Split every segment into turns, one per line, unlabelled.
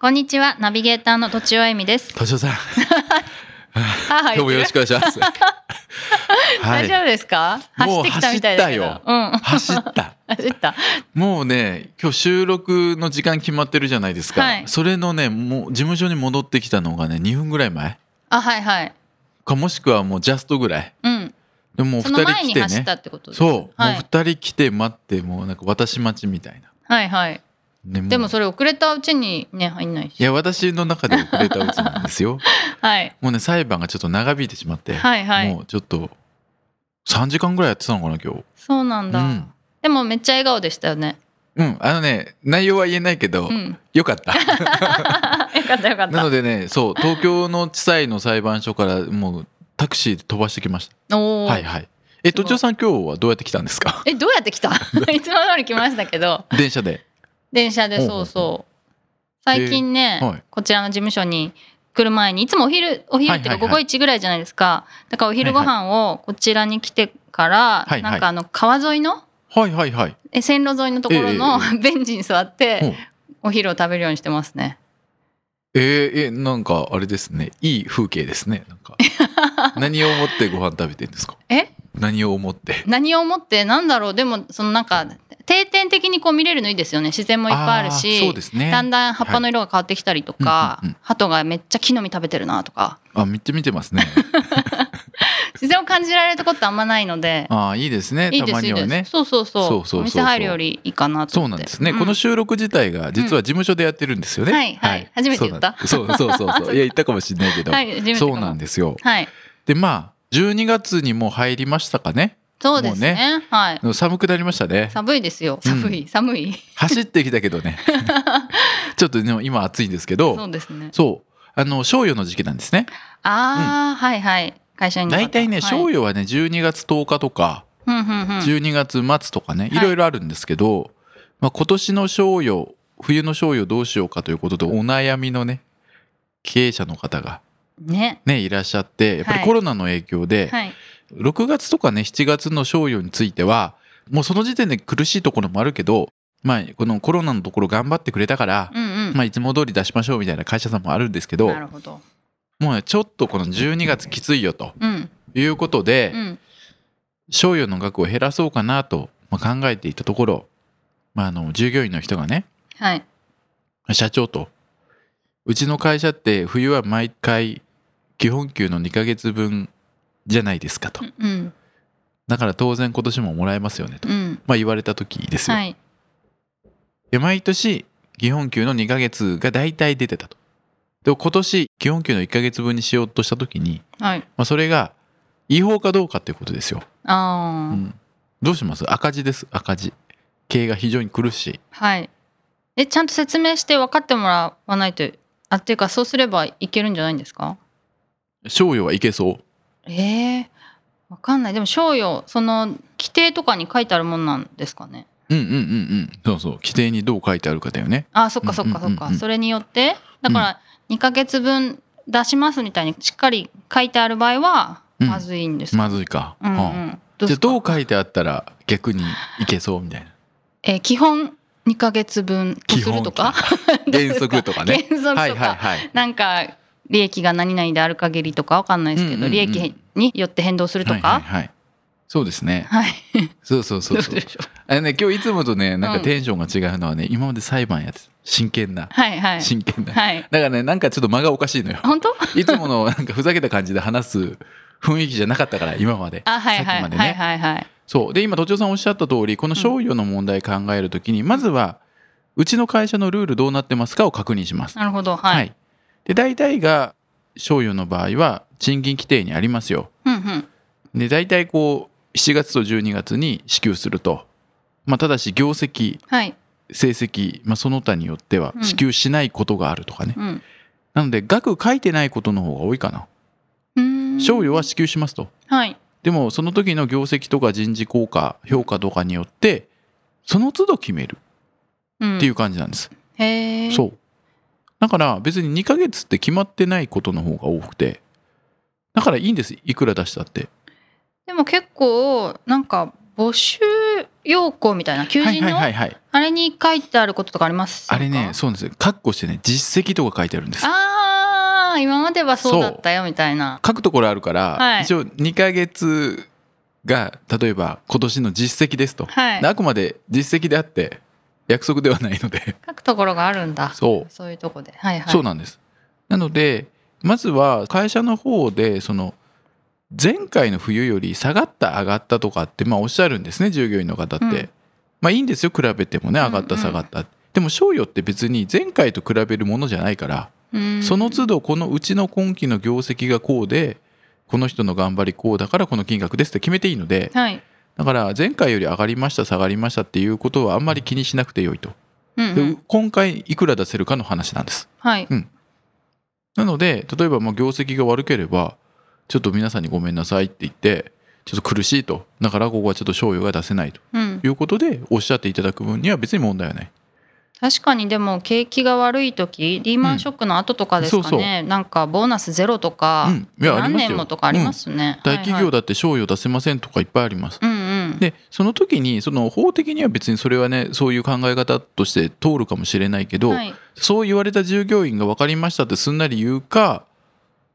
こんにちはナビゲーターのとちおえみです
とちおさん
は
今日もよろしくお願いし ますは
大丈夫ですか走ってきたみたいだけど
もう走った
う
走
ん
った
走った
もうね今日収録の時間決まってるじゃないですか、
はい
それのねもう事務所に戻ってきたのがね2分ぐらい前
あはいはい
かもしくはもうジャストぐらい
うん
でもお
そ
二
の
人
前
来
に
て
走っ
ね
たってことです
そうもう
はい
二人来て待ってもうなんか私待ちみたいな、
はいはい
ね、もう
でもそれ遅れたうちにね入んない
い
し
や私の中で遅れたうちなんです よ
はい
もうね裁判がちょっと長引いてしまって、
はいはい
もうちょっと3時間ぐらいやってたのかな今日
そうなんだ、でもめっちゃ笑顔でしたよね
うん、うん、あのね内容は言えないけど、
うん
よかった
よかったよかっ
なの
た
でねそう東京の地裁の裁判所からもうタクシーで飛ばしてきまし
お
た
お、
はいはいえ
す
と
ごい
ちおさん今日はどうやって来たんです か
えどうやって来たいつも通り来ましたけど
電車で
電車で
ほう
そ
ほ
う
う
そう最近ね、
えーはい
こちらの事務所に来る前にいつもお昼お昼ってい
は
う
い
か
は
午
い
後
は
1ぐらいじゃないですかだからお昼ご飯をこちらに来てから、
はい
なんかあの川沿いの
はいはいはい
え線路沿いのところの、 ベンチに座っ
ほ
て
う
お昼を食べるようにしてますね
えーえなんかあれですねいい風景ですねなん か何を思ってご飯食べてんですか
え
何を思って
何を思ってなんだろうでもそのなんか定点的にこう見れるのいいですよね自然もいっぱいある
ー
し
そうですね
だんだん葉っぱの色が変わってきたりとか、
うんうんうん
鳩がめっちゃ木の実食べてるなと か
あめっちゃ見てますね
自然を感じられるとこってあんまないので
ああいいですね
いい
た
で
ます
い
に
い
は
で
ね
すそうそうそう
そうそうそうそう
お店入るよりいいかなと
そう
思
な
っ
ん
て
ですね、この収録自体が実は事務所でやってるんですよね、
うんはいはい初めて言った
そうなんですそうそうそう そういや言ったかもしれないけど、
はい初めてかも
そうなんですよ
はい
でまあ12月にもう入りましたかね
そうですねはい
寒くなりましたね
寒いですよ寒い、
う
寒い
走ってきたけど ねちょっとね今暑いんですけ
そう
ど
ですね
そうあの賞与の時期なんですね
ああ、はいはい会社員の方
大体ね
はい
賞与はね12月10日とか
うんうんうん
12月末とかね
い
いろいろあるんですけど、まあ、今年の賞与冬の賞与どうしようかということでお悩みのね経営者の方が
ね
ねいらっしゃってやっぱり
はい
コロナの影響で、
はい
6月とかね7月の賞与についてはもうその時点で苦しいところもあるけど、まあ、このコロナのところ頑張ってくれたから、
うんうん、
まあ、いつも通り出しましょうみたいな会社さんもあるんですけど
なるほど
もうねちょっとこの12月きついよと
うん
いうことで
うん
賞与の額を減らそうかなとまあ考えていたところ、まあ、あの従業員の人がね
はい
社長とうちの会社って冬は毎回基本給の2ヶ月分じゃないですかと
うん
だから当然今年ももらえますよねと
う、ん
まあ、言われた時ですよ、
はい
で毎年基本給の2ヶ月が大体出てたとでも今年基本給の1ヶ月分にしようとした時に、
はい
まあ、それが違法かどうかっていうことですよ、う
ああ、
ん、どうします赤字です赤字経営が非常に苦しい
はいえちゃんと説明して分かってもらわないとあっていうかそうすればいけるんじゃないんですか
賞与はいけそう
ええわかんない。でも賞与、その規定とかに書いてあるもんなんですかね。
うんうんうんうんそうそう規定にどう書いてあるかだよね
あ、そっかそっかそっ
うんうん
か。
うんうん
それによって、だから2ヶ月分出しますみたいにしっかり書いてある場合は
うん
まずいんですか。
まずいか、
うんう
はあ
ん。
じゃ
どうで
あ
すか
どう書いてあったら逆にいけそうみたいな
えー基本2ヶ月分とするとか、
原則とかね
原則とか、
はいはいはい
なんか利益が何々である限りとかわかんないですけど、
うんうんうん
利益によって変動すると
はいはい
か、
はいそうですね
はい、
そうそうそう
ど
そう
うでしょう。
あのね今日いつもとねなん
う
か
ん
テンションが違うのはね、今まで裁判やってた真剣な、
はいはい。
真剣な、
はい。
だからねなんかちょっと間がおかしいのよ
本当？
いつものなんかふざけた感じで話す雰囲気じゃなかったから今まで
あ、はいは
さっ
い
きまでね、
はいはいはい。
そうで今都庁さんおっしゃった通りこの賞与の問題考えるときに、まずはうちの会社のルールどうなってますかを確認します
なるほど、
はい、
はい。
で大体が賞与の場合は賃金規定にありますよ
うんうん。
で大体こう7月と12月に支給すると、まあ、ただし業績
はい。
成績、まあ、その他によっては
うん
支給しないことがあるとかね、
うん。
なので額書いてないことの方が多いかな
うーん
賞与は支給しますと
はい
でもその時の業績とか人事効果評価とかによってその都度決める
っ
っていうう感じなんです、
んへえ
そうだから別に2ヶ月って決まってないことの方が多くてだからいいんですいくら出したって
でも結構なんか募集要項みたいな求
はい
人
はい
の
はいはい
あれに書いてあることとかありますか
あれねそうなんですよカッコしてね実績とか書いてあるんです
ああ今まではそうだったよみたいな
書くところあるから、
はい
一応2ヶ月が例えば今年の実績ですと、
はい
であくまで実績であって約束ではないので
書くところがあるんだ
そう、
そういうとこではいはい
そうなんですなのでまずは会社の方でその前回の冬より下がった上がったとかってまあおっしゃるんですね従業員の方って、
うん
まあいいんですよ比べてもね
うん
上がった下がった、でも賞与って別に前回と比べるものじゃないから
うん
その都度このうちの今期の業績がこうでこの人の頑張りこうだからこの金額ですって決めていいので
はい
だから前回より上がりました下がりましたっていうことはあんまり気にしなくてよいと、
うんう
で
ん
今回いくら出せるかの話なんです
はい
なので例えばまあ業績が悪ければちょっと皆さんにごめんなさいって言ってちょっと苦しいとだからここはちょっと賞与が出せないと
うん
いうことでおっしゃっていただく分には別に問題はない
確かにでも景気が悪い時リーマンショックの後とかですか
う
ね、
んそう
なんかボーナスゼロとか、
うんいやあり
何
ますよ
年もとかありますね、
大企業
だ
だって賞与出せませんとかいっぱいあります
うんうん
でその時にその法的には別にそれはねそういう考え方として通るかもしれないけど、
はい、
そう言われた従業員が分かりましたってすんなり言うか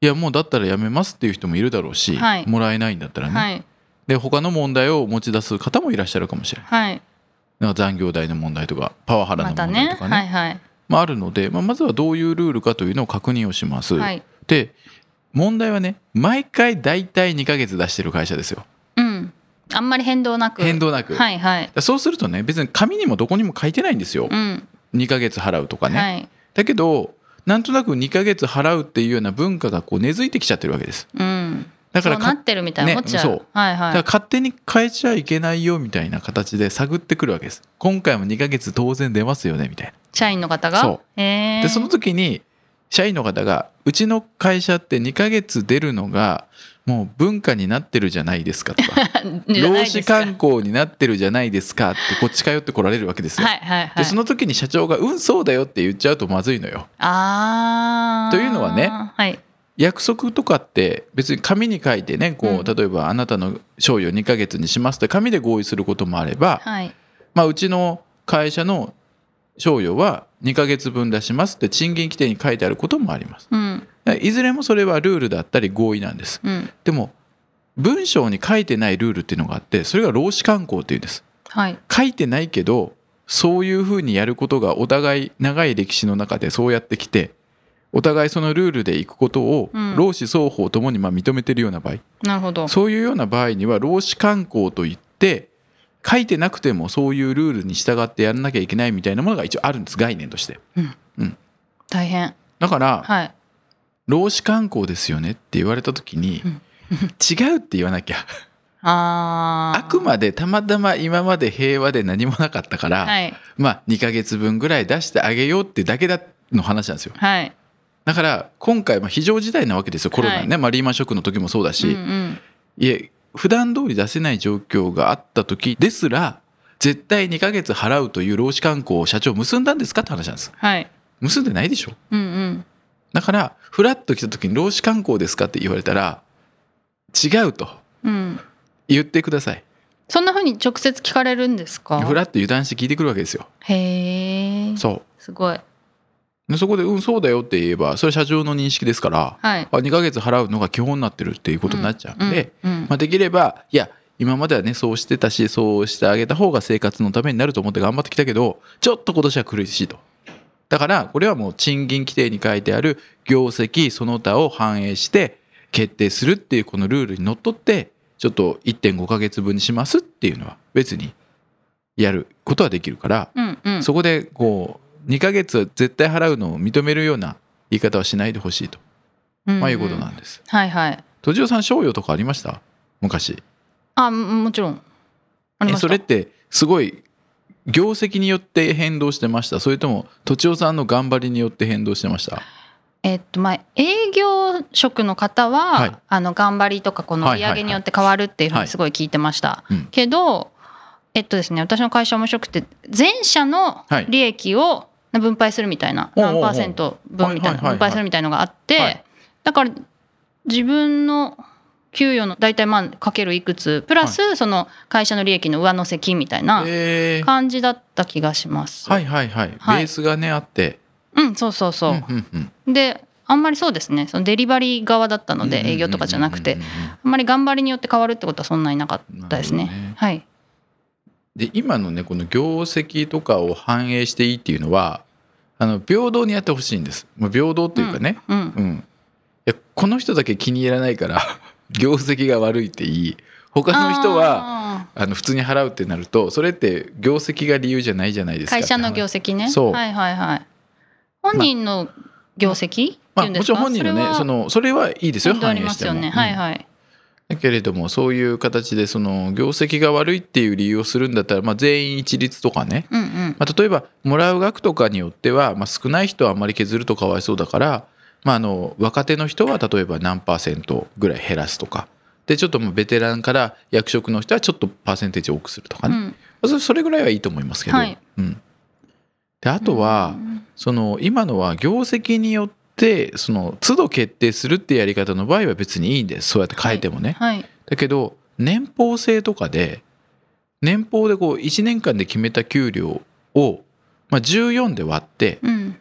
いやもうだったら辞めますっていう人もいるだろうし、
はい
もらえないんだったらね、
はい
で他の問題を持ち出す方もいらっしゃるかもしれない
はい
なんか残業代の問題とかパワハラの
ま
問
た
題
ね
とかね
はいはい
まあ、あるので、まあ、まずはどういうルールかというのを確認をします、
はい
で問題はね毎回大体2ヶ月出してる会社ですよ
うんあんまり変動なく
変動なく、
はいはい
だそうするとね別に紙にもどこにも書いてないんですよ、
うん
2ヶ月払うとかね、
はい
だけどなんとなく2ヶ月払うっていうような文化がこう根付いてきちゃってるわけです
うん
だから
そう
か
なってるみたいな
ね
思っちゃう,、
そう
はいは
だから
い
勝手に変えちゃいけないよみたいな形で探ってくるわけです今回も2ヶ月当然出ますよねみたい
社員の方が
そう
へえ
なでその時に社員の方がうちの会社って2ヶ月出るのがもう文化になってるじゃないですかとか
じゃない
労
です
使
か
慣行になってるじゃないですかってこっち通ってこられるわけですよ、
はいはいは
で
い
その時に社長が「うんそうだよ」って言っちゃうとまずいのよ
あー
というのはね
はい
約束とかって別に紙に書いてねこ
う
う例えばあなたの賞与2ヶ月にしますって紙で合意することもあれば、
はい
まあ、うちの会社の賞与は2ヶ月分出しますって賃金規定に書いてあることもあります
うん
だからいずれもそれはルールだったり合意なんです
うん
でも文章に書いてないルールっていうのがあってそれが労使慣行っていうんです
はい
書いてないけどそういうふうにやることがお互い長い歴史の中でそうやってきてお互いそのルールでいくことを
うん
労使双方ともにまあ認めてるような場合、
なるほど
そういうような場合には労使慣行といって書いてなくてもそういうルールに従ってやらなきゃいけないみたいなものが一応あるんです概念として
大変
だから
はい
労使慣行ですよねって言われた時に
うん
違うって言わなきゃ
あー
あくまでたまたま今まで平和で何もなかったから、
はい
まあ2ヶ月分ぐらい出してあげようってだけだの話なんですよ
はい
だから今回まあ非常事態なわけですよコロナね、まあ、リーマンショックの時もそうだし、
うんうん
いえ普段通り出せない状況があった時ですら絶対2ヶ月払うという労使慣行を社長結んだんですかって話なんです
はい
結んでないでしょ
うんうん
だからフラッと来た時に労使慣行ですかって言われたら違うと
うん
言ってください
そんな風に直接聞かれるんですか
フラッと油断して聞いてくるわけですよ
へえ
そ
すごいう
でそこで「うんそうだよ」って言えばそれ社長の認識ですから
はい
あ2ヶ月払うのが基本になってるっていうことになっちゃうんで、
うんうん
まあ、できればいや今まではねそうしてたしそうしてあげた方が生活のためになると思って頑張ってきたけどちょっと今年は苦しいとだからこれはもう賃金規定に書いてある業績その他を反映して決定するっていうこのルールにのっとってちょっと1.5ヶ月分にしますっていうのは別にやることはできるから、
うんうん
そこでこう2ヶ月は絶対払うのを認めるような言い方はしないでほしいと、
うん
まあ、いうことなんです。
はいはい
とじおさん賞与とかありました昔
あももちろんあり
え
ました
それってすごい業績によって変動してましたそれともとちおさんの頑張りによって変動してました
えっとまあ、営業職の方は、
はい
あの頑張りとかこの売り上げによって変わるっていうふう
はいはいは
に
い
すごい聞いてました、
うん
けどえっとですね私の会社面白くて全社の
はい
利益を分配するみたいな、
おうおうお
何
う
パーセント分みたい
はいはい
な
はいはい
分配するみたいのがあって、
はい
だから自分の給与の大体まあかけるいくつプラスその会社の利益の上乗せ金みたいな
えー
感じだった気がします、
はいはいはい、
はい
ベースがねあって
うんそうそうそう、
んうんうん
であんまりそうですねそのデリバリー側だったので営業とかじゃなく
う
て
んうんうんうん
あんまり頑張りによって変わるってことはそんなになかったです
な
ね
るほどね
はい
で今のねこの業績とかを反映していいっていうのはあの平等にやってほしいんです、まあ、平等っていうかね、
うん
うんいやこの人だけ気に入らないから 業績が悪いっていい他の人は
は
あの普通に払うってなるとそれって業績が理由じゃないじゃないですか
会社の業
績
績ね
そう
はいはいはい本人の業績って
ま
い
あ、
うんで
も
す
ち
か
ろん本人のねそ
れは
のそれはいいですよ
変動あ
反
り
映
ま
し
す
て
よ
も、
ねは
う
い
ん
はい
だけれどもそういう形でその業績が悪いっていう理由をするんだったら、まあ、全員一律とかね、
うんうん
まあ、例えばもらう額とかによっては、まあ、少ない人はあんまり削るとかわいそうだから、まあ、あの若手の人は例えば何パーセントぐらい減らすとかでちょっともうベテランから役職の人はちょっとパーセンテージ多くするとか
う
ね、
ん
まあそれそれぐらいはいいと思いますけど、
はい
うん、であとは、その今のは業績によってその都度決定するってやり方の場合は別にいいんですそうやって変えてもね。
はい
だけど年俸制とかで年俸でこう1年間で決めた給料を、まあ、14で割って
うん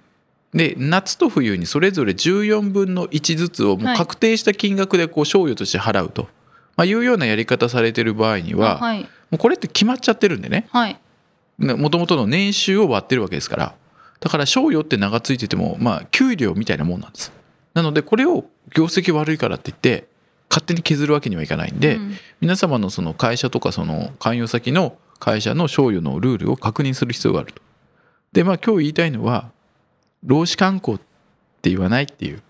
で夏と冬にそれぞれ14分の1ずつをもう確定した金額でこう賞与として払うと、いまあ、いうようなやり方されてる場合に
あ
は、
はい
もうこれって決まっちゃってるんでね
はい
もともとの年収を割ってるわけですからだから賞与って名がついててもまあ給料みたいなもんなんですなのでこれを業績悪いからって言って勝手に削るわけにはいかないんで、
うん
皆様のその会社とかその勧誘先の会社の賞与のルールを確認する必要があると。でまあ今日言いたいのは労使慣行って言わないって いう。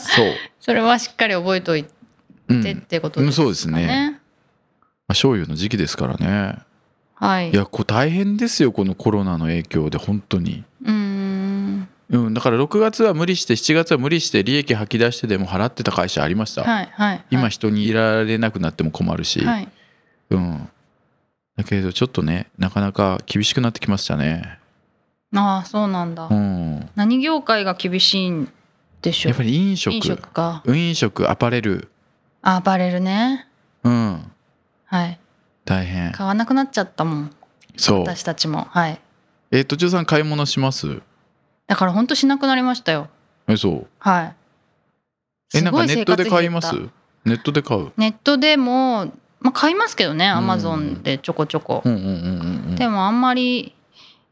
そう。
それはしっかり覚えとい
うん
てってこと
うん
です
そうです
か
ね。
ね
まあ賞与の時期ですからね。
はい
いやこう大変ですよこのコロナの影響で本当に。
うーん
うん、だから6月は無理して7月は無理して利益吐き出してでも払ってた会社ありました、
はいはい
今人にいられなくなっても困るし、
はい
うん、だけどちょっとねなかなか厳しくなってきましたね
ああそうなんだ
うん、
何業界が厳しいんでしょう
やっぱり飲食
飲食か
うん飲食アパレル
あバレるね
うん
はい
大変
買わなくなっちゃったもん
そう
私たちもはい
えー、途中さん買い物します
だからほんとしなくなりましたよ
えそう
はい
え
す
なんか
ごい
ネッ
生
ト
活
で
費
買
減
い
った
ますネットで買う
ネットでも、まあ、買いますけどね
ん
アマゾンでちょこちょこ
うんうんうんうん
でもあんまり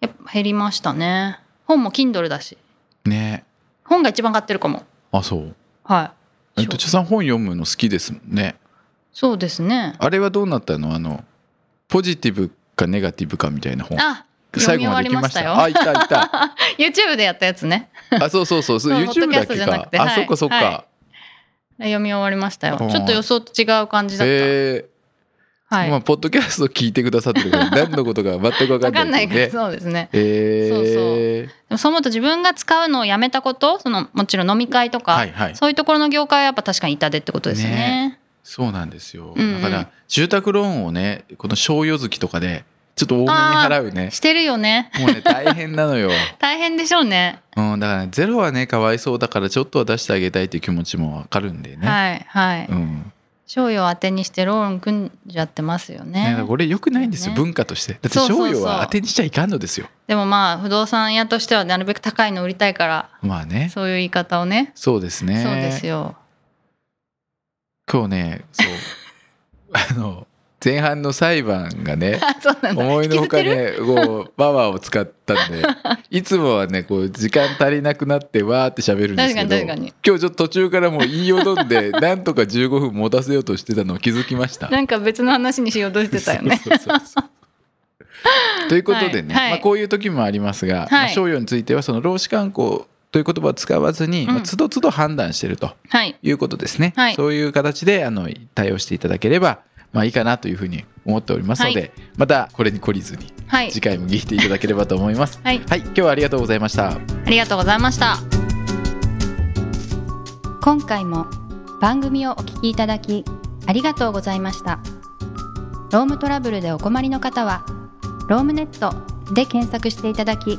やっぱ減りましたね本も Kindle だし
うんね
本が一番買ってるかも
あそう
はい
え途中さん本読むの好きですもんね
そうですね
あれはどうなったのあのポジティブかネガティブかみたいな本
あ
最
読
後
み終
ま
わ
で行き
りま
ま
し
したた
よ
あいたいた
YouTube でやったやつね
あそうそうそうそう
そう
YouTube だっ
ポッドキャスト
け
じゃな
か
くて
あ
はい
そうかそうか
は読み終わりましたよ
うん
ちょっと予想と違う感じだった、
へえ
はい
まあポッドキャスト聞いてくださってるから何のことか全く分か
わ
んな
か
い
んない
って
か
いう
ら
ね
そうですね
えー、
でもそう思うと自分が使うのをやめたことそのもちろん飲み会とか、
はいはい
そういうところの業界はやっぱ確かに痛手ってことですよね
そうなんですよ、
うんうん
だから住宅ローンをねこの商与月とかでちょっと多めに払うね
してるよね
もうね大変なのよ、
大変でしょうね
うん、だから、ね、ゼロはねかわいそうだからちょっとは出してあげたいっていう気持ちもわかるんでね、
はいはい
うん
賞与を当てにしてローン組んじゃってますよ
ね、だ
ね
からこれ良くないんですよ、
ね
文化としてだって
そうそう
商
そ
与
う
は当てにしちゃいかんのですよ
でもまあ不動産屋としてはなるべく高いの売りたいから
まあね
そういう言い方をね
そうですね
そうですよ
今日ねそうあの前半の裁判がね
あそうなんだ
思いのほか
引きずってる
ねこうパワーを使ったん でいつもはねこう時間足りなくなってわーって喋るんですけど
確かに確かに
今日ちょっと途中からもう言いよどんでなんとか15分持たせようとしてたのを気づきました。
なんか別の話にしようとしてたよね
そうそうそうそう ということでね、
はいはい
まあ、こういう時もありますが、まあ、商用についてはその労使慣行という言葉を使わずに、
うん
まあ、つどつど判断してると
はい
いうことですね、
はい
そういう形であの対応していただければ、まあ、いいかなというふうに思っておりますので、
は
またこれに懲りずに
はい
次回も聞いていただければと思います。
はい
はい、今日はありがとうございました。
ありがとうございました
今回も番組をお聞きいただきありがとうございましたロームトラブルでお困りの方はロームネットで検索していただき